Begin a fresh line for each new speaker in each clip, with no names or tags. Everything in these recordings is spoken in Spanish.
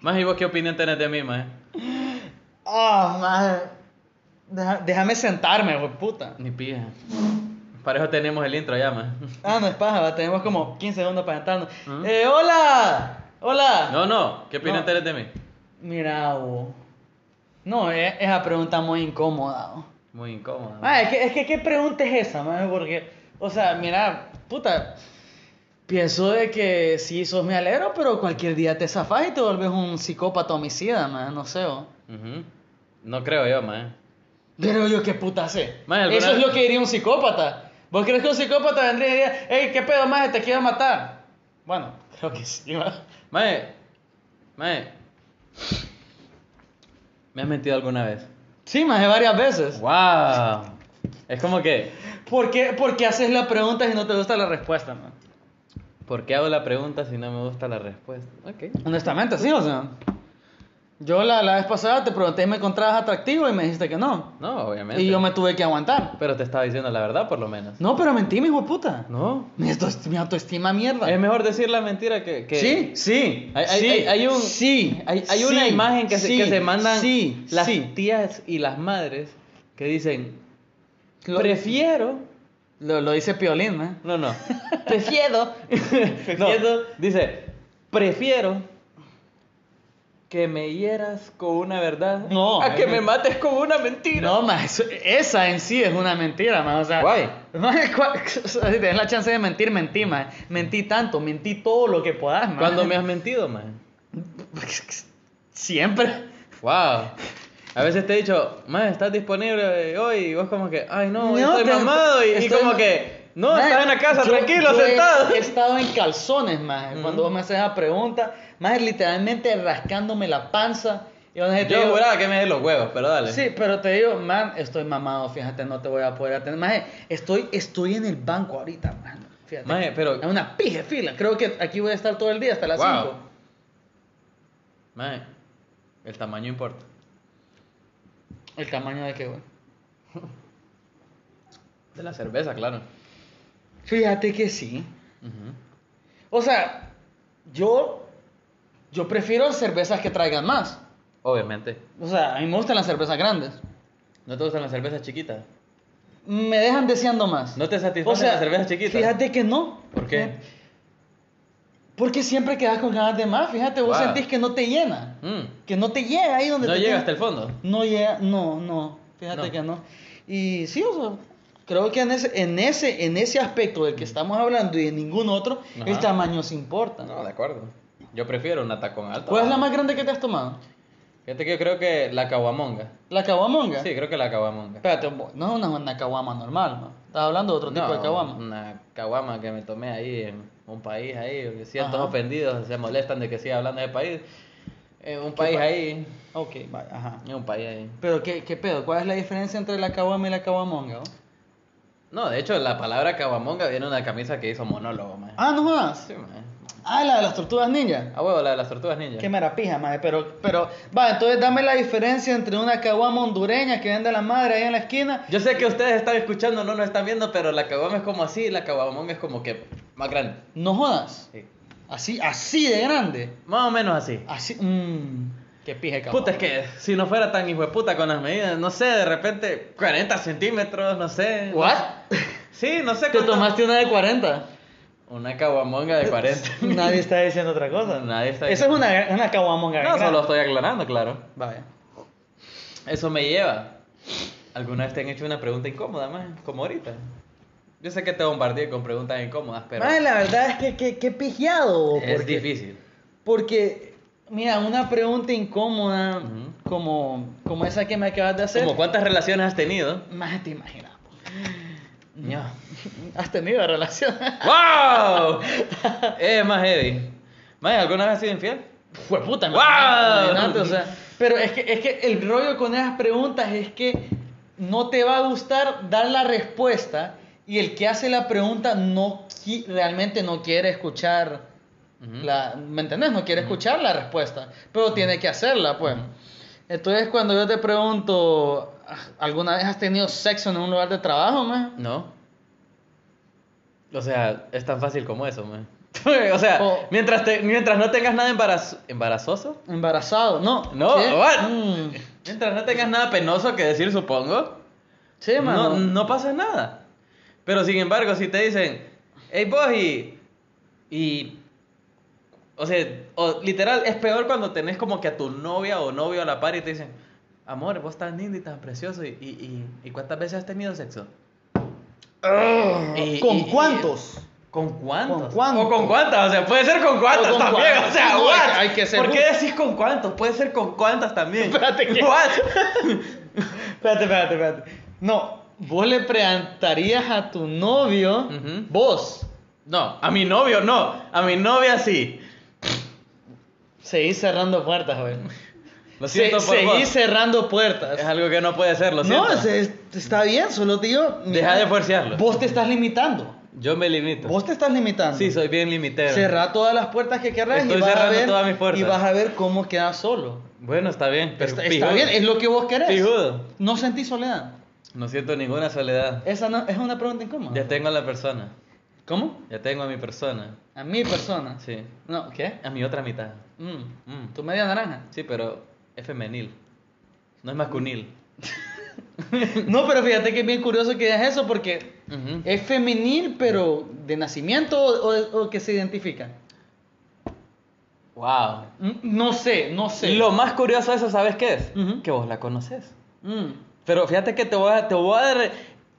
Más, ¿y vos qué opinión tenés de mí, más?
Ah, madre. Deja- déjame sentarme, güey, puta.
Ni pija. Para eso tenemos el intro ya, más.
Ah, no es paja, va, tenemos como 15 segundos para sentarnos.
Ujú.
Eh, hola, hola.
No, no, ¿qué opinión
No.
tenés de mí?
Mira, vos. No, es esa pregunta muy incómoda. vos.
Muy incómodo.
Ah, es que, es que, ¿qué pregunta es esa, madre? Porque, o sea, mira, puta, pienso de que sí sos mi alero, pero cualquier día te zafás y te volvés un psicópata homicida, man, no sé, o.
Ujú. No creo yo, más.
Pero yo, ¿qué puta sé?
Mae, alguna-
Eso es lo que diría un psicópata. ¿Vos crees que un psicópata vendría y diría, hey, qué pedo, más te quiero matar? Bueno, creo que sí, va.
Mae, mae. ¿Me has mentido alguna vez?
Sí, más de varias veces.
¡Wow! Es como que,
¿Por qué, por qué haces la pregunta si no te gusta la respuesta, man?
¿por qué hago la pregunta si no me gusta la respuesta? Ok.
Honestamente, sí, o sea. Yo la, la vez pasada te pregunté si me encontrabas atractivo y me dijiste que no.
No, obviamente.
Y yo me tuve que aguantar.
Pero te estaba diciendo la verdad, por lo menos.
No, pero mentí, mi hijo de puta.
No.
Mi, autoest- mi autoestima mierda.
Es mejor decir la mentira Em, que... que-
Sí, sí.
Hay- hay-
sí,
hay- hay un-
sí,
Hay, hay una
sí,
imagen que, se,
sí,
que se mandan
Sí,
las
sí.
tías y las madres que dicen,
Lo-
prefiero...
Lo, lo dice Piolín, ¿eh?
No, no.
Prefiero.
No, dice, prefiero que me hieras con una verdad
No,
a que
es-
me mates con una mentira.
No, ma, eso- esa en sí es una mentira, ma, o sea...
Guay.
ma, cua- si tenés la chance de mentir, mentí, ma. Mentí tanto, mentí todo lo que puedas, ma.
Cuando me has mentido, man.
Siempre.
Wow. A veces te he dicho, man, estás disponible hoy y vos como que, ay no,
No,
estoy
te-
mamado y, y
estoy
como
ma-
que, no,
Ma,
estás en la casa,
yo-
tranquilo,
yo he-
sentado.
He, estado en calzones, ma,
Ujú.
cuando vos me haces esa pregunta, ma, literalmente rascándome la panza. Y donde te
Yo
digo,
juraba que me des los huevos, pero dale.
Sí, pero te digo, man, estoy mamado, fíjate, no te voy a poder atender. Maje, estoy, estoy en el banco ahorita, man. Fíjate.
Maje, pero-
Es una pije fila. Creo que aquí voy a estar todo el día hasta las
Wow.
5.
Man, el tamaño importa.
El tamaño de qué, güey.
De la cerveza, claro.
Fíjate que sí.
Ujú.
O sea, yo, yo prefiero cervezas que traigan más.
Obviamente.
O sea, a mí me gustan las cervezas grandes.
¿No te gustan las cervezas chiquitas?
Me dejan deseando más.
¿No te satisfacen
o sea,
las cervezas chiquitas?
Fíjate que no.
¿Por qué?
Porque siempre quedas con ganas de más. Fíjate, vos
Wow.
sentís que no te llena.
Mm.
Que no te llega ahí donde
No
te
llega
tiene-
hasta el fondo.
No llega, no, no, fíjate
No.
que no. Y sí, o sea, creo que en ese, en ese, en ese aspecto del que estamos hablando y en ningún otro,
Mm. Ajá.
el tamaño se importa.
de acuerdo. Yo prefiero una tacón alta.
¿Cuál Pues es la más grande que te has tomado?
Fíjate que yo creo que la caguamonga.
¿La caguamonga?
Sí, creo que la caguamonga.
Espérate, bo- no es una, una caguama normal, ¿no? Estás hablando de otro tipo de
No, Mm.
caguama.
Una caguama que me tomé ahí en un país ahí, porque ciertos
Ajá.
ofendidos se molestan de que siga hablando de país. En un país
pa-
ahí,
Ok, vaya, ajá.
en un país ahí.
Pero, ¿qué, ¿qué pedo? ¿Cuál es la diferencia entre la caguama y la caguamonga? vos?
No, de hecho la palabra caguamonga viene de una camisa que hizo monólogo, man.
Ah, no más.
Sí, man.
Ah, la de las tortugas ninja.
A huevo, la de las tortugas ninja.
Qué marapija, madre, pero, pero, va, entonces dame la diferencia entre una caguama hondureña que vende la madre ahí en la esquina.
Yo sé que ustedes están escuchando, no nos están viendo, pero la caguama es como así y la caguamonga es como que más grande.
No jodas.
Sí.
Así, así de grande.
Más o menos así.
Así, mmm, qué pija, cabrón.
Puta, es que si no fuera tan hijo de puta con las medidas, no sé, de repente 40 centímetros, no sé.
¿What?
Sí, no sé
¿Te
cuánto-
tomaste una de 40?
Una caguamonga de 40.
Nadie está diciendo otra cosa.
Nadie está
Esa es una, una caguamonga.
No,
grande.
solo estoy aclarando, claro.
Vaya.
Eso me lleva. ¿Alguna vez te han hecho una pregunta incómoda, más? Como ahorita. Yo sé que te bombardeé con preguntas incómodas, pero
Madre, la verdad es que, que, que pijado. bo,
es
porque-
difícil.
Porque, mira, una pregunta incómoda
Ujú.
como, como esa que me acabas de hacer.
Como cuántas relaciones has tenido.
Más te imaginas. bo.
No.
¿Has tenido relación?
¡Wow! es más heavy. Mae, ¿alguna vez has sido infiel?
Fue puta,
¡Wow!
o sea, pero es que, es que el rollo con esas preguntas es que no te va a gustar dar la respuesta y el que hace la pregunta no qui- realmente no quiere escuchar
Ujú.
la, ¿me entendés? No quiere escuchar la respuesta, pero tiene que hacerla, pues. Entonces, cuando yo te pregunto, ¿alguna vez has tenido sexo en un lugar de trabajo, man?
No. O sea, es tan fácil como eso, man. o sea,
O-
mientras, te- mientras no tengas nada embarazo- embarazoso,
Embarazado, no.
No,
¿Qué?
what?
Mm,
mientras no tengas nada penoso que decir, supongo,
sí, mano.
no, no pasa nada. Pero sin embargo, si te dicen, hey, vos y... y o sea, o, literal, es peor cuando tenés como que a tu novia o novio a la par y te dicen, amor, vos tan lindo y tan precioso y, y, y, ¿y cuántas veces has tenido sexo.
Ah,
Y-
¿Con
y- y-
cuántos?
¿Con cuántos?
¿Con cuántos?
O con cuántas, o sea, puede ser con cuántas
O con
también,
cuántas.
o sea,
No,
what?
hay que- hay que ser
¿Por qué
justo.
decís con cuántos? Puede ser con cuántas también.
Espérate, ¿qué?
What?
Espérate, espérate, espérate. No, vos le preguntarías a tu novio,
Ujú.
vos,
No, a mi novio no, a mi novia sí.
seguís cerrando puertas, güey.
Lo siento
Se-
por
seguís
vos.
cerrando puertas.
Es algo que no puede ser, lo siento.
No,
eh,
ese es- está bien, solo te digo. mira,
Deja de forcearlo.
Vos te estás limitando.
Yo me limito.
Vos te estás limitando.
Sí, soy bien limitero.
Cerrá todas las puertas que querrás
Estoy
y, vas a
cerrando
ver,
todas mis puertas.
y vas a ver cómo quedas solo.
Bueno, está bien. pero
Está, está
pijudo.
bien, es lo que vos querés.
Pijudo.
No sentís soledad.
No siento ninguna soledad.
Esa no, es una pregunta incómoda.
Ya tengo a la persona.
¿Cómo?
Ya tengo a mi persona.
A mi persona.
Sí.
No, ¿qué?
A mi otra mitad.
Mm.
Mm.
Tu media naranja.
Sí, pero es femenil. No es masculil.
No, pero fíjate que es bien curioso que digas eso porque
Ujú.
es femenil, pero de nacimiento o, o- o que se identifica.
Wow.
Mm, No sé, no sé.
Lo más curioso de eso, ¿sabes qué es?
Ujú.
Que vos la conoces.
Mm.
Pero fíjate que te voy, a, te voy a dar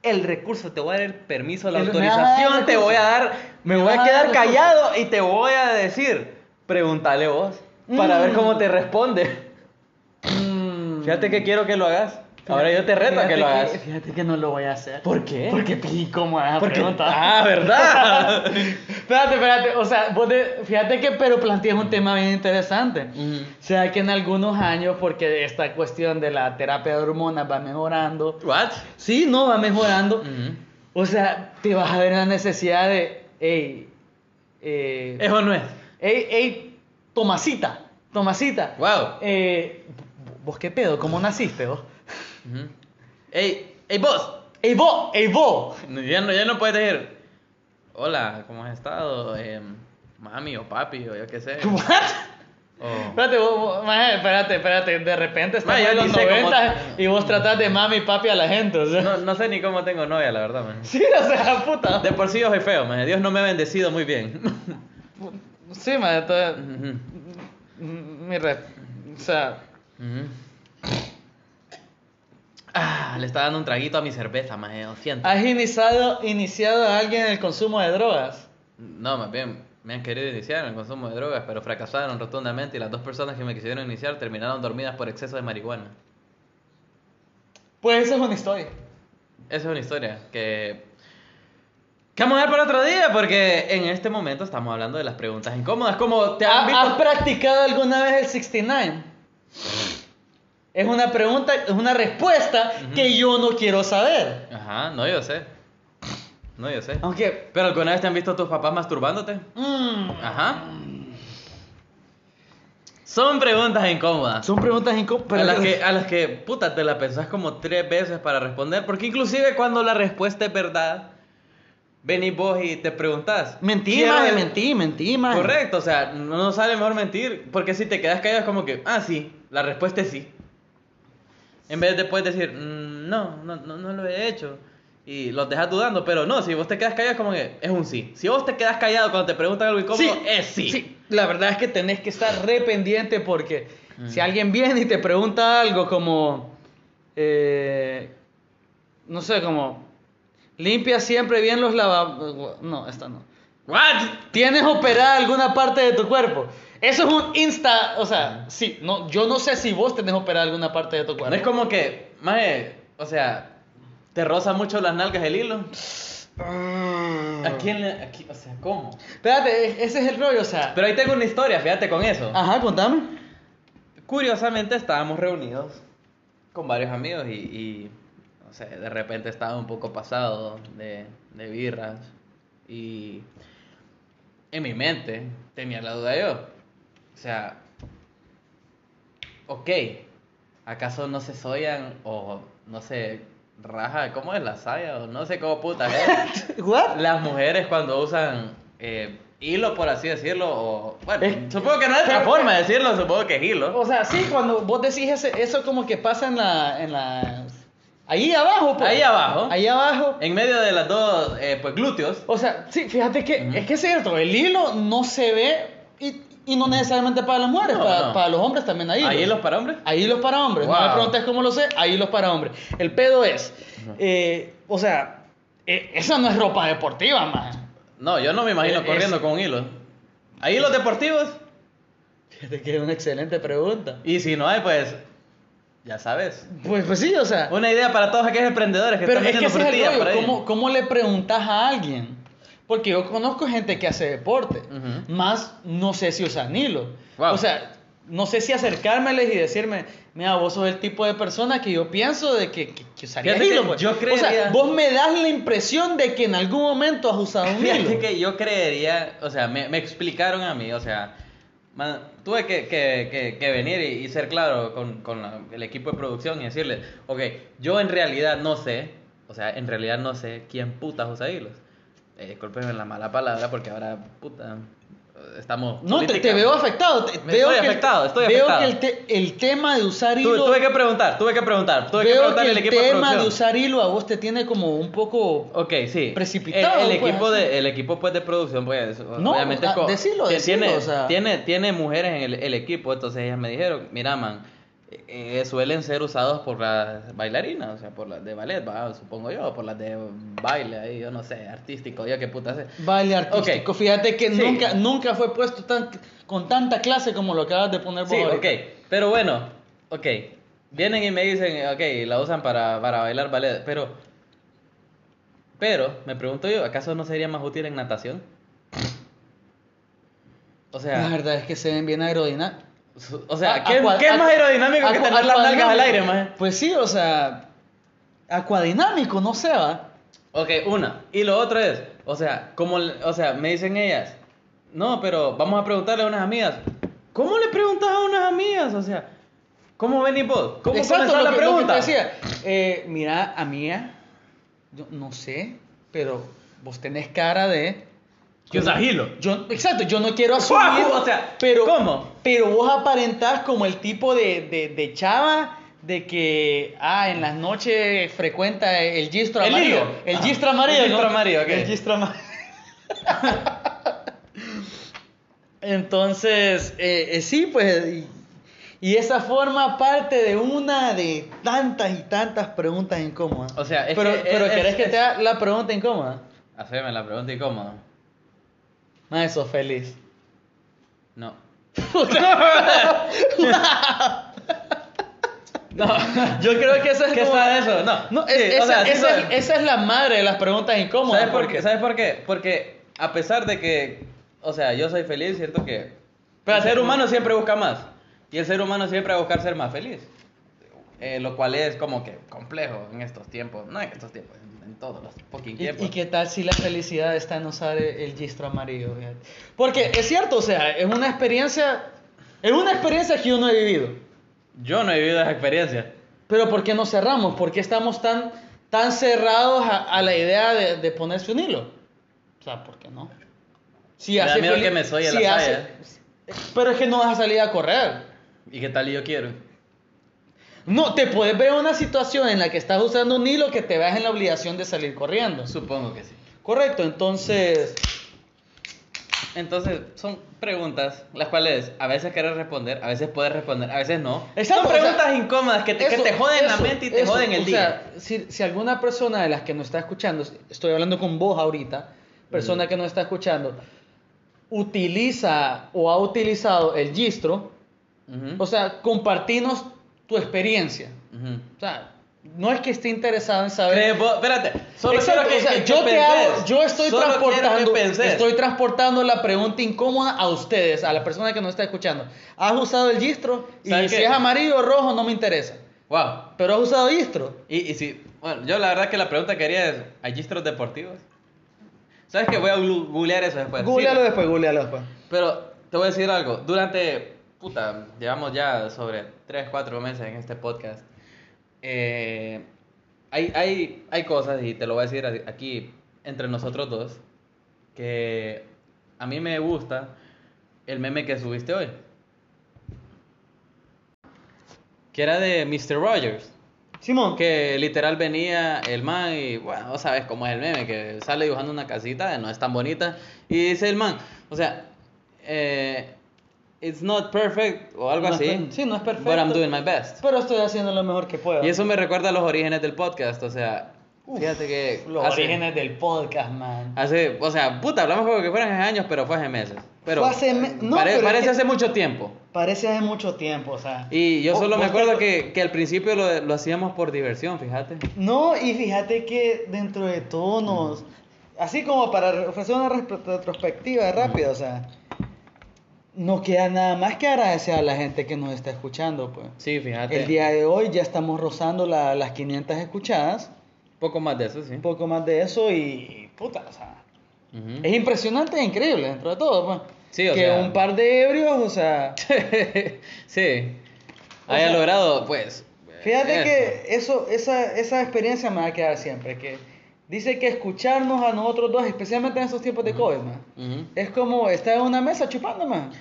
el recurso, te voy a dar el permiso, la
El- me vas a dar el
autorización, te
recurso.
voy a dar, me,
Me
voy
vas
a
a
quedar
dar recurso.
callado y te voy a decir, pregúntale vos, para
Mm.
ver cómo te responde.
Mm.
Fíjate que quiero que lo hagas. Ahora yo te reto a que
Fíjate
lo hagas.
Fíjate que no lo voy a hacer.
¿Por qué?
Porque pillí cómo es la
Porque-
pregunta.
Ah, ¿verdad?
Espérate, espérate. O sea, vos de- fíjate que pero planteas un tema bien interesante.
Ujú.
O sea, que en algunos años, porque esta cuestión de la terapia de hormonas va mejorando.
What?
Sí, no, va mejorando.
Ujú.
O sea, te vas a ver en la necesidad de, hey, eh,
Eso no es.
hey, hey, Tomasita, Tomasita.
Wow.
Eh, vos qué pedo, ¿cómo naciste vos?
Ujú. Mm. Ey, ey, vos.
Ey, vos, ey, vos.
Ya no, ya no puedes decir, hola, ¿cómo has estado? Em, mami o papi o yo qué sé.
What?
O-
Espérate, vos- vos- maje, espérate, espérate, de repente estamos
Maje, yo
en
ni
los
sé cómo-
90 y vos tratás de mami y papi a la gente, o sea.
No, no sé ni cómo tengo novia, la verdad, man.
Sí, o sea, puta.
De por sí yo soy feo, man. Dios no me ha bendecido muy bien.
Sí, madre, entonces,
Ujú,
mm, mi re... O sea,
ujú. Ah, le está dando un traguito a mi cerveza, man. eh, Lo siento.
¿has iniciado, iniciado a alguien en el consumo de drogas?
No, más bien, me han querido iniciar en el consumo de drogas, pero fracasaron rotundamente y las dos personas que me quisieron iniciar terminaron dormidas por exceso de marihuana.
Pues esa es una historia.
Esa es una historia que... que vamos a ver para otro día? Porque en este momento estamos hablando de las preguntas incómodas. Como te han
¿Ha- ¿Has
visto...
practicado alguna vez el 69? Es una pregunta, es una respuesta que yo no quiero saber.
Ajá, no, yo sé. No, yo sé.
Aunque...
¿Pero alguna vez te han visto tus papás masturbándote?
mm,
Ajá. Son preguntas incómodas.
son preguntas incómodas.
a, las que, a las que, puta, te la pensás como tres veces para responder. Porque inclusive cuando la respuesta es verdad, venís vos y te preguntás.
Mentí,
Quiero-
maje, mentí, mentí, maje.
Correcto, o sea, no no sale mejor mentir. Porque si te quedas callado es como que, ah, sí, la respuesta es sí. En vez de puedes decir, "Mm, no, no, no, no lo he hecho. Y los dejas dudando, pero no, si vos te quedas callado es como que es un sí. Si vos te quedas callado cuando te preguntan algo incómodo, es Eh, sí.
La verdad es que tenés que estar re pendiente porque
Mm.
si alguien viene y te pregunta algo como, eh, no sé, como, limpia siempre bien los lavabos. No, esta no.
¿What?
¿Tienes operada alguna parte de tu cuerpo? Eso es un insta, o sea,
Mm.
sí, no, yo no sé si vos tenés operada alguna parte de tu
No es
cuerpo.
como que, mae, o sea, te roza mucho las nalgas el hilo.
Ah.
¿A quién le.? a quién- o sea, ¿cómo?
Espérate, e-, ese es el rollo, o sea.
Pero ahí tengo una historia, fíjate con eso.
Ajá, contame.
Curiosamente estábamos reunidos con varios amigos y, y, no sé, de repente estaba un poco pasado de, de birras y en mi mente tenía la duda yo. O sea, ok, ¿acaso no se soyan o no se raja? ¿Cómo es la saya? O no sé cómo puta es.
¿What?
Las mujeres cuando usan eh, hilo, por así decirlo, o... Bueno,
Es-
supongo que no es otra
pero-
forma de decirlo, supongo que es hilo.
O sea, sí, cuando vos decís ese- eso como que pasa en la... En la ahí abajo, pues.
Ahí abajo. Eh.
Ahí abajo.
En medio de las dos, eh, pues, glúteos.
O sea, sí, fíjate que es que es cierto, el hilo no se ve y, y no necesariamente para las mujeres,
No,
para,
no.
para los hombres también hay hilos.
¿Hay hilos para hombres?
Hay hilos para hombres, no
Wow.
me preguntes cómo lo sé, hay hilos para hombres. El pedo es, eh, o sea, eh, esa no es ropa deportiva, más.
No, yo no me imagino
Eh, Es-
corriendo
es-
con hilos. ¿Hay hilos deportivos?
Fíjate que es una excelente pregunta.
Y si no hay, pues, ya sabes.
Pues, pues sí, o sea,
Una idea para todos aquellos emprendedores que
pero
están
es que
vendiendo
ese es
frutillas
el
por
rollo,
ahí.
¿cómo, cómo le preguntas a alguien? Porque yo conozco gente que hace deporte,
Ujú.
más no sé si usan hilo.
Wow.
O sea, no sé si acercármeles y decirme, mira, vos sos el tipo de persona que yo pienso de que, que, que usaría
Fíjate que
hilo. pues.
yo
O sea,
creería-
vos me das la impresión de que en algún momento has usado un
Fíjate
hilo.
que yo creería, o sea, me, me explicaron a mí, o sea, man, tuve que, que- que- que venir y, y ser claro con, con la- el equipo de producción y decirles, ok, yo en realidad no sé, o sea, en realidad no sé quién putas usa hilos. Eh, discúlpenme la mala palabra porque ahora, puta, estamos...
No, te,
política.
te veo afectado. te-
Me
veo
estoy
que el-
afectado, estoy
veo
afectado.
que el, te- el tema de usar
Tuve,
hilo...
tuve que preguntar, tuve que preguntar, tuve que
veo que
preguntarle
el
al equipo de
tema
producción.
de usar hilo a vos te tiene como un poco...
Ok, sí.
precipitado,
El, el
pues,
equipo
así.
de, el equipo pues de producción, pues,
No,
obviamente es
ah,
co-
decilo,
que
decilo,
tiene,
o sea.
tiene, tiene mujeres en el, el equipo, entonces ellas me dijeron, mira man, eh, eh, suelen ser usados por las bailarinas, o sea, por las de ballet, va, supongo yo, por las de baile, ahí, yo no sé, artístico, yo qué puta sé.
Vale, artístico.
Ok.
Fíjate que
Sí.
nunca, nunca fue puesto tan, con tanta clase como lo acabas de poner vos.
Sí,
ahorita.
ok, pero bueno, ok, vienen y me dicen, ok, la usan para, para bailar ballet, pero, pero, me pregunto yo, ¿acaso no sería más útil en natación? O sea...
La verdad es que se ven bien aerodinámicos.
Su- O sea, ¿qué, qué es más aerodinámico que tener las nalgas al aire, más?
Pues sí, o sea, acuadinámico, no sé, va.
Ok, una. Y lo otro es, o sea, como, le- o sea, me dicen ellas, no, pero vamos a preguntarle a unas amigas. ¿Cómo le preguntas a unas amigas? O sea, ¿cómo venís vos? ¿Cómo comenzás la
lo que- lo que
pregunta?
te decía. Eh, mira, amiga, yo no sé, pero vos tenés cara de...
Que usas hilo.
Yo, exacto, yo no quiero asumir.
o sea,
pero,
¿cómo?
Pero vos aparentás como el tipo de, de, de chava de que, ah, en las noches frecuenta el gistro
El
amarillo.
hilo.
El
Ah,
gistro amarillo.
el gistro
¿no?
amarillo, ok.
El gistro amarillo. Entonces, eh, eh, sí, pues. Y, y esa forma parte de una de tantas y tantas preguntas incómodas.
O sea, es
pero,
que-
pero
es-
¿querés
es-
que
es-
te haga la pregunta incómoda?
Haceme la pregunta incómoda.
Más eso, feliz.
No.
Yo creo que esa es
¿Qué
como-
está de eso? No.
No,
Sí,
es- esa,
o sea, sí
esa es,
soy.
esa es la madre de las preguntas incómodas.
¿Sabes por
porque-
qué? ¿Sabes por qué? Porque a pesar de que, o sea, yo soy feliz, siento que pero el ser humano siempre busca más y el ser humano siempre va a buscar ser más feliz. Eh, lo cual es como que complejo en estos tiempos, no en estos tiempos, en, en todos los fucking
¿Y,
tiempos.
y qué tal si la felicidad está en usar el, el gistro amarillo? fíjate? Porque es cierto, o sea, es una experiencia, es una experiencia que yo no he vivido.
Yo no he vivido esa experiencia.
Pero ¿por qué no cerramos? ¿Por qué estamos tan, tan cerrados a, a la idea de, de ponerse un hilo? O sea, ¿por qué no? Si
Me da miedo
feliz-
que me soye la playa.
Pero es que no vas a salir a correr.
¿Y qué tal y yo quiero?
No, te puedes ver una situación en la que estás usando un hilo que te veas en la obligación de salir corriendo.
Supongo que sí.
Correcto, entonces.
Entonces, son preguntas las cuales a veces querés responder, a veces puedes responder, a veces no.
Exacto,
son
o sea,
preguntas incómodas que te, que
eso,
te joden la
eso,
mente y te
eso.
joden el
o
día.
sea, si, si alguna persona de las que nos está escuchando, estoy hablando con vos ahorita, persona que nos está escuchando, utiliza o ha utilizado el gistro,
Ujú.
o sea, compartinos tu experiencia.
Ujú.
O sea, no es que esté interesado en saber.
¿Crees vos? Espérate, solo
Exacto,
quiero que,
o sea,
que- que
yo te
pensés.
hago, yo estoy
Solo quiero que
transportando,
pensés.
estoy transportando la pregunta incómoda a ustedes, a la persona que nos está escuchando. ¿Has usado el gistro? Y
¿Sabes
si
qué?
es amarillo o rojo no me interesa.
Wow.
Pero has usado gistro.
Y, y si, bueno, yo la verdad que la pregunta que haría es, ¿hay gistros deportivos? ¿Sabes que Voy a glu- googlear eso después.
Googlealo
Pues Sí,
después, googlealo después.
Pero te voy a decir algo. Durante, puta, llevamos ya sobre 3, 4 meses en este podcast. Eh, hay, hay, hay cosas, y te lo voy a decir aquí entre nosotros dos, que a mí me gusta el meme que subiste hoy. Que era de Mr. Rogers.
Simón,
Que literal venía el man y, bueno, vos sabes cómo es el meme, que sale dibujando una casita, no es tan bonita, y dice el man, o sea, eh, it's not perfect o algo
No es
así.
per- sí, no es perfecto.
But I'm doing my best.
Pero estoy haciendo lo mejor que puedo.
Y eso me recuerda a los orígenes del podcast, o sea, fíjate que...
Los
hace-
orígenes del podcast, man.
Hace, o sea, puta, hablamos como que fueran hace años, pero fue hace meses. Pero
Fue hace me- no,
pare-
pero es
parece
que-
hace mucho tiempo.
parece hace mucho tiempo, o sea.
Y yo
Vos-
solo me
Oh, vos te
acuerdo
acu-
que, que al principio lo, lo hacíamos por diversión, fíjate.
No, y fíjate que dentro de todo nos... Así como para ofrecer una respe- retrospectiva rápida, o sea, no queda nada más que agradecer a la gente que nos está escuchando, pues.
Sí, fíjate.
El día de hoy ya estamos rozando la- las 500 escuchadas,
Poco más de eso, sí.
un poco más de eso y puta, o sea,
Ujú.
es impresionante e increíble dentro de todo, pues.
Sí, o
que
sea-
un par de ebrios, o sea,
sí.
O
Haya
sea,
logrado, pues.
Fíjate
eso.
que eso, esa, esa experiencia me va a quedar siempre, que dice que escucharnos a nosotros dos, especialmente en esos tiempos de COVID, man,
Ujú.
es como estar en una mesa chupando, man.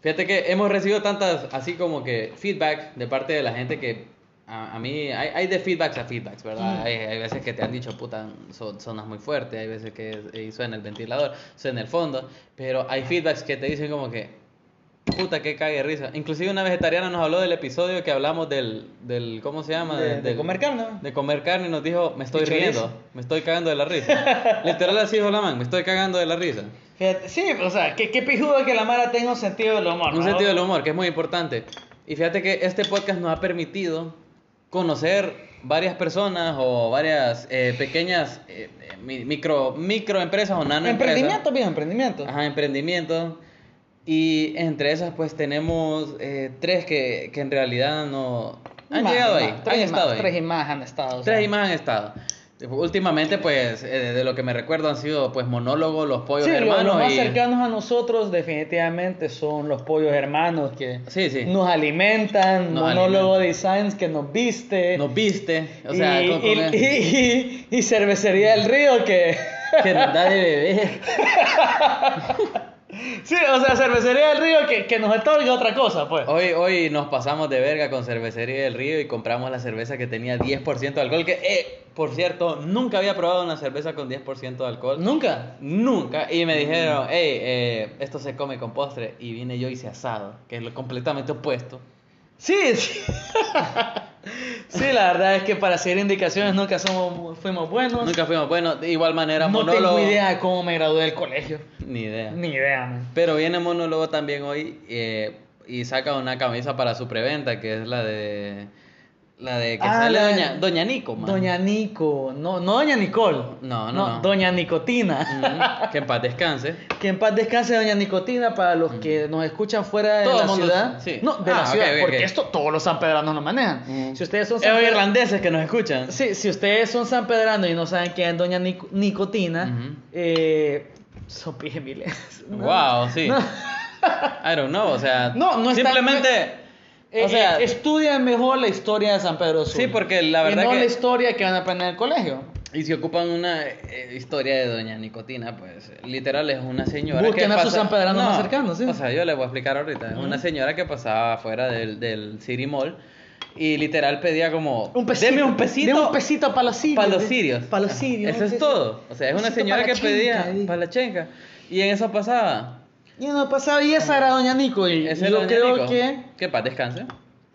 Fíjate que hemos recibido tantas, así como que feedback de parte de la gente que a, a mí, hay, hay de feedbacks a feedbacks, ¿verdad?
Mm.
Hay, hay veces que te han dicho, puta, son, sonas muy fuerte, hay veces que eh, suena el ventilador, suena el fondo, pero hay feedbacks que te dicen como que, puta, que cague de risa. Inclusive una vegetariana nos habló del episodio que hablamos del, del ¿cómo se llama?
De-
Del-
de
del-
comer carne, ¿no?
De comer carne y nos dijo, me estoy
De chorizo.
riendo, me estoy cagando de la risa. Literal así dijo la man, me estoy cagando de la risa.
Fíjate, sí, o sea, qué, qué pijudo que la Mara tenga un sentido del humor.
Un
¿no?
sentido del humor, que es muy importante. Y fíjate que este podcast nos ha permitido conocer varias personas o varias eh, pequeñas eh, eh, mi- micro, microempresas o nanoempresas.
Emprendimiento, viejo, emprendimiento.
Ajá, emprendimiento. Y entre esas pues tenemos eh, tres que, que en realidad no... Han
Más,
llegado
más,
ahí,
tres
han
y
estado
más,
ahí.
Tres y más han estado. o sea.
Tres y más han estado. Últimamente, pues, eh, de lo que me recuerdo han sido, pues, monólogos, los pollos
Sí, lo-
hermanos
los más
y-
cercanos a nosotros definitivamente son los pollos hermanos que
Sí, sí.
nos alimentan,
Nos
Monólogo Designs que nos viste.
Nos viste, o sea,
eh, y,
con- con-
y- y- y- y cervecería del río que
que nos da de bebé.
sí o sea cervecería del río que, que nos otorga otra cosa pues
Hoy, hoy nos pasamos de verga con Cervecería del Río y compramos la cerveza que tenía 10% de alcohol, que, eh, por cierto, nunca había probado una cerveza con 10% de alcohol.
nunca
Nunca. Y
Mm.
me dijeron, hey, eh, esto se come con postre. Y vine yo y hice asado, que es lo completamente opuesto.
sí sí. Sí, la verdad es que para seguir indicaciones nunca somos fuimos buenos
Nunca fuimos, bueno, de igual manera,
no
monólogo.
tengo idea de cómo me gradué del colegio
Ni idea.
ni idea man.
Pero viene monólogo también hoy eh, y saca una camisa para su preventa, que es la de... La de que
Ah,
sale
la-
Doña, Doña Nico, man.
doña Nico no no doña Nicole
No, no, no.
doña Nicotina
Ujú, que en paz descanse.
Que en paz descanse Doña Nicotina para los que nos escuchan fuera de
Todo
la
el mundo-
ciudad.
sí.
No, de
Ah,
la
ok,
ciudad,
ok,
porque
ok.
esto todos los sanpedranos lo manejan. Si ustedes son
Eh, o
sanpedra-
irlandeses que nos escuchan.
Sí, si ustedes son sanpedranos y no saben quién es Doña Nic- Nicotina,
Ujú.
eh, son pijemiles.
Wow, sí.
No.
I don't know, o sea,
No, no es tan-
simplemente
Eh,
o sea,
eh, estudian mejor la historia de San Pedro Sur.
Sí, porque la verdad
y no
que-
la historia que van a aprender en el colegio.
y si ocupan una eh, historia de doña Nicotina, pues literal es una señora
Busquen
que
a su
pasa-
sanpedrano más cercano, sí.
O sea, yo les voy a explicar ahorita, Es una señora que pasaba afuera del del City Mall y literal pedía como
Un pesito.
"Deme un pesito."
Deme un pesito para los sirios.
Para los sirios.
Para los sirios.
Eso
un
es
pesito.
todo. O sea, es una
Pesito
señora
para
que
la chinca,
pedía
dice.
para la chenca. Y en eso pasaba.
Y no pasaba, y esa era Doña Nico. Y
Ese
yo
era doña
creo
Nico.
que,
Que paz descanse.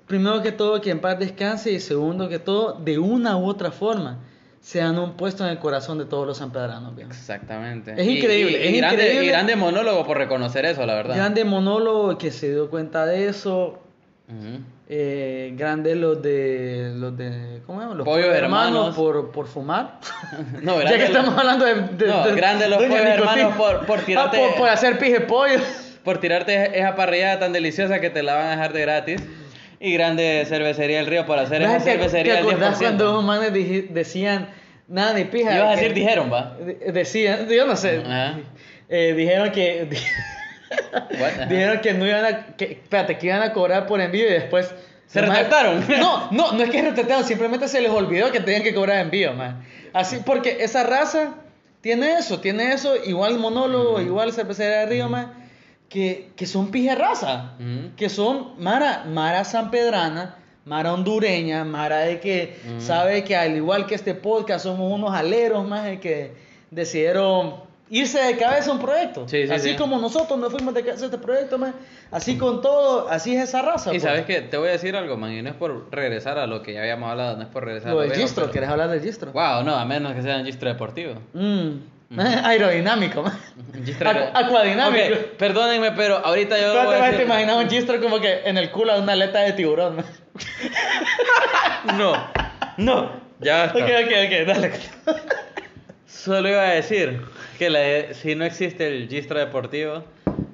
primero que todo, que en paz descanse. Y segundo que todo, de una u otra forma, se dan un puesto en el corazón de todos los sanpedranos. viejo.
Exactamente.
Es
Y-
increíble,
y- y
es
grande,
increíble.
y grande monólogo por reconocer eso, la verdad.
Grande monólogo que se dio cuenta de eso.
Ujú.
Eh, grandes los de. Los de ¿Cómo se llama? Los
Pollo hermanos.
por, por fumar.
No,
ya que
grande-
estamos hablando de. de-
No,
de-
grande los
Doña
pollos
Nicotina.
hermanos por- por
Ah,
tirarte-
por, por hacer pije pollo.
Por tirarte esa parrillada tan deliciosa que te la van a dejar de gratis. Y grande cervecería del río por hacer esa
¿Te-
cervecería
¿Te
del
acordás
10%.
cuando los manes dije- decían nada de pija?
Ibas a decir
Que-
dijeron, va.
De- Decían, yo no sé.
Ajá.
Eh, dijeron que.
What? Ajá.
dijeron que no iban a. Que, espérate, que iban a cobrar por envío y después.
¿Se
Los más-
retractaron?
No, no, no es que se retractaron, simplemente se les olvidó que tenían que cobrar envío, man. Así, porque esa raza Tiene eso, tiene eso, igual monólogo, igual cervecería de Río, mae, que, que son pijerraza,
Ujú.
que son Mara, Mara Sanpedrana, Mara hondureña, Mara de que
Ujú.
sabe que al igual que este podcast somos unos aleros más que decidieron irse de cabeza a un proyecto.
Sí, sí,
así
sí.
como nosotros nos fuimos de cabeza a este proyecto, mae, así con todo, así es esa raza.
Y
pues.
sabes que te voy a decir algo, man, y no es por regresar a lo que ya habíamos hablado, no es por regresar
Lo
a
del
viejo,
gistro,
pero-
¿querés hablar del gistro?
Wow, no, a menos que sea un gistro deportivo.
Mm. Aerodinámico, man.
Un gistro-
Acu- acuadinámico.
Ok, perdónenme, pero ahorita yo. voy a
¿Cuántas veces te
decir-
imaginas un gistro como que en el culo de una aleta de tiburón? man?
No, no, ya
Ok,
basta.
ok, ok, dale.
Solo iba a decir que la- si no existe el gistro deportivo,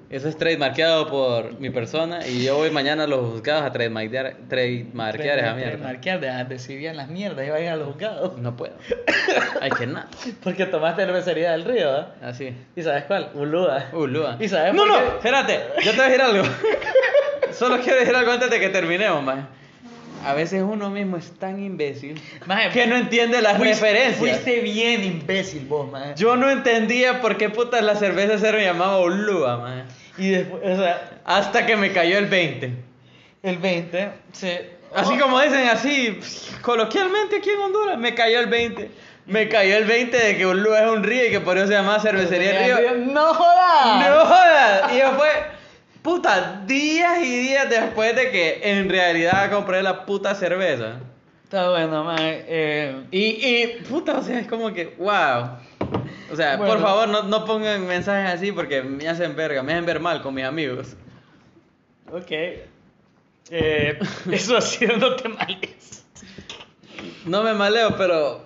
eso es trademarqueado por mi persona y yo voy mañana a los juzgados a trademarquear, trademarquear esa mierda.
Marquear, deja de si bien las mierdas y vayan a los juzgados.
No puedo. Hay que nada.
Porque tomaste cervecería del río, ¿verdad?
Así.
¿Y sabes cuál? Ulúa.
Ulúa.
¿Y sabes
no,
por
no,
qué?
espérate, yo te voy a decir algo. Solo quiero decir algo antes de que terminemos, man. A veces uno mismo es tan imbécil
Maje,
que no entiende las
fuiste-
referencias.
Fuiste bien imbécil vos, man.
Yo no entendía por qué putas la cerveza se llamaba Ulúa, man.
Y después, o sea,
Hasta que me cayó el 20.
el 20 se...
Así como dicen así, coloquialmente aquí en Honduras, me cayó el 20. Me cayó el 20 de que Ulúa es un río y que por eso se llama cervecería
Cervecería
río.
del Río. ¡No jodas!
No jodas. Y yo fue, puta, días y días después de que en realidad compré la puta cerveza.
Está bueno, man. Eh,
Y, y puta, o sea, es como que, wow. O sea, por
Bueno.
favor, no, no pongan mensajes así porque me hacen verga, me hacen ver mal con mis amigos.
ok. Eh, eso ha sido no te males.
No me maleo, pero.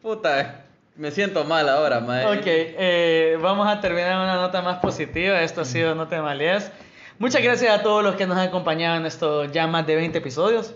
Puta, me siento mal ahora, madre.
Ok, eh, vamos a terminar en una nota más positiva. Esto ha sido No te males. Muchas gracias a todos los que nos han acompañado en estos ya más de 20 episodios.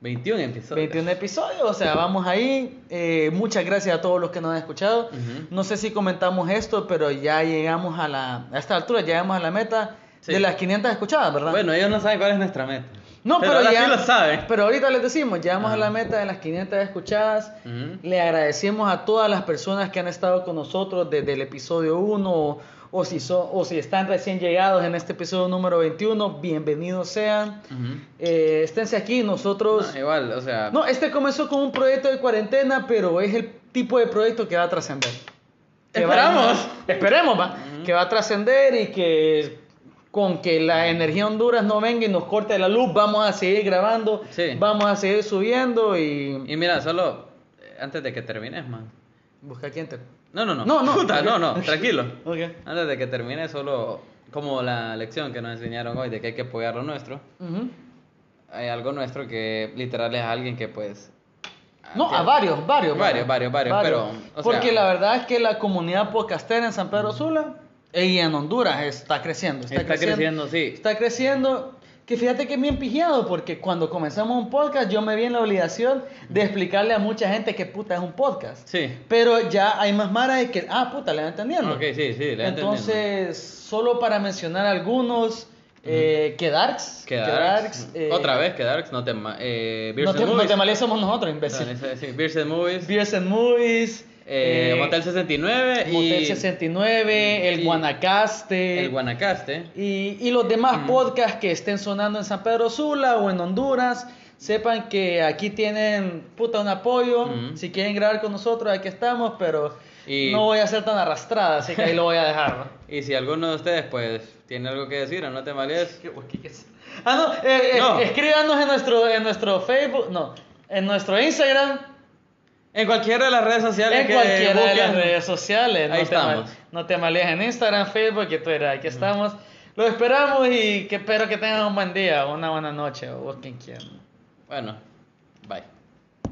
21 episodios.
21 episodios, o sea, vamos ahí. Eh, muchas gracias a todos los que nos han escuchado.
Ujú.
No sé si comentamos esto, pero ya llegamos a la... A esta altura ya llegamos a la meta
Sí.
de las 500 escuchadas, ¿verdad?
Bueno, ellos no saben cuál es nuestra meta.
No, pero,
ahora
ya,
sí lo saben.
Pero ahorita les decimos, llegamos
Ajá.
a la meta de las 500 escuchadas.
Ujú.
Le agradecemos a todas las personas que han estado con nosotros desde el episodio 1 o, o si, son, o si están recién llegados en este episodio número 21. Bienvenidos sean.
Ujú.
Eh, esténse aquí, nosotros...
No, eh, ah. igual, o sea.
No, este comenzó con un proyecto de cuarentena, pero es el tipo de proyecto que va a trascender. Que va-
Esperamos.
esperemos, va. Que va a trascender y que con que la energía Honduras no venga y nos corte la luz, vamos a seguir grabando,
Sí.
vamos a seguir subiendo y...
Y mira, solo eh, antes de que termines, man.
Busca quién te...
No, no, no.
No, no.
Puta,
Ok.
no, no, tranquilo.
Ok.
Antes de que termine, solo como la lección que nos enseñaron hoy de que hay que apoyar lo nuestro.
Ujú.
Hay algo nuestro que literal es a alguien que pues.
No,
tiene-
a varios, varios.
Varios, varios, varios, pero, o sea-
Porque la verdad es que la comunidad podcastera en San Pedro Sula e- y en Honduras está creciendo. Está,
Está creciendo, sí.
Está creciendo. Que fíjate que es bien pijado, porque cuando comenzamos un podcast yo me vi en la obligación de explicarle a mucha gente que puta es un podcast.
Sí.
Pero ya hay más maras de que, ah, puta, le van entendiendo.
Ok, sí, sí, le entendiendo.
Entonces, solo para mencionar algunos, eh, que Darks.
Que
que
Darks.
Darks, eh,
Otra vez, que Darks no te. ma- Eh, Beers
No
and
te, no
Movies.
te males, somos nosotros, imbécil.
Dale, sí, sí, Beers and Movies.
Beers and Movies,
eh,
eh,
Motel 69. y
Motel 69, el
y-
Guanacaste.
El Mm. Guanacaste.
y, y los demás
Ujú.
podcasts que estén sonando en San Pedro Sula o en Honduras, sepan que aquí tienen puta un apoyo.
Ujú.
Si quieren grabar con nosotros, aquí estamos, pero
Mm. Y-
no voy a ser tan arrastrada, así que ahí lo voy a dejar. ¿no?
Y si alguno de ustedes, pues, tiene algo que decir o no te malees,
Ah, no, eh, eh,
No.
escríbanos en nuestro, en nuestro Facebook, no, en nuestro Instagram,
en cualquiera de las redes sociales
en
que
cualquiera de las
busquen,
redes sociales.
Ahí
no te mal-
estamos.
no te malees en Instagram, Facebook y Twitter. Aquí estamos. Lo esperamos y que espero que tengan un buen día, una buena noche o quien quiera.
Bueno, bye.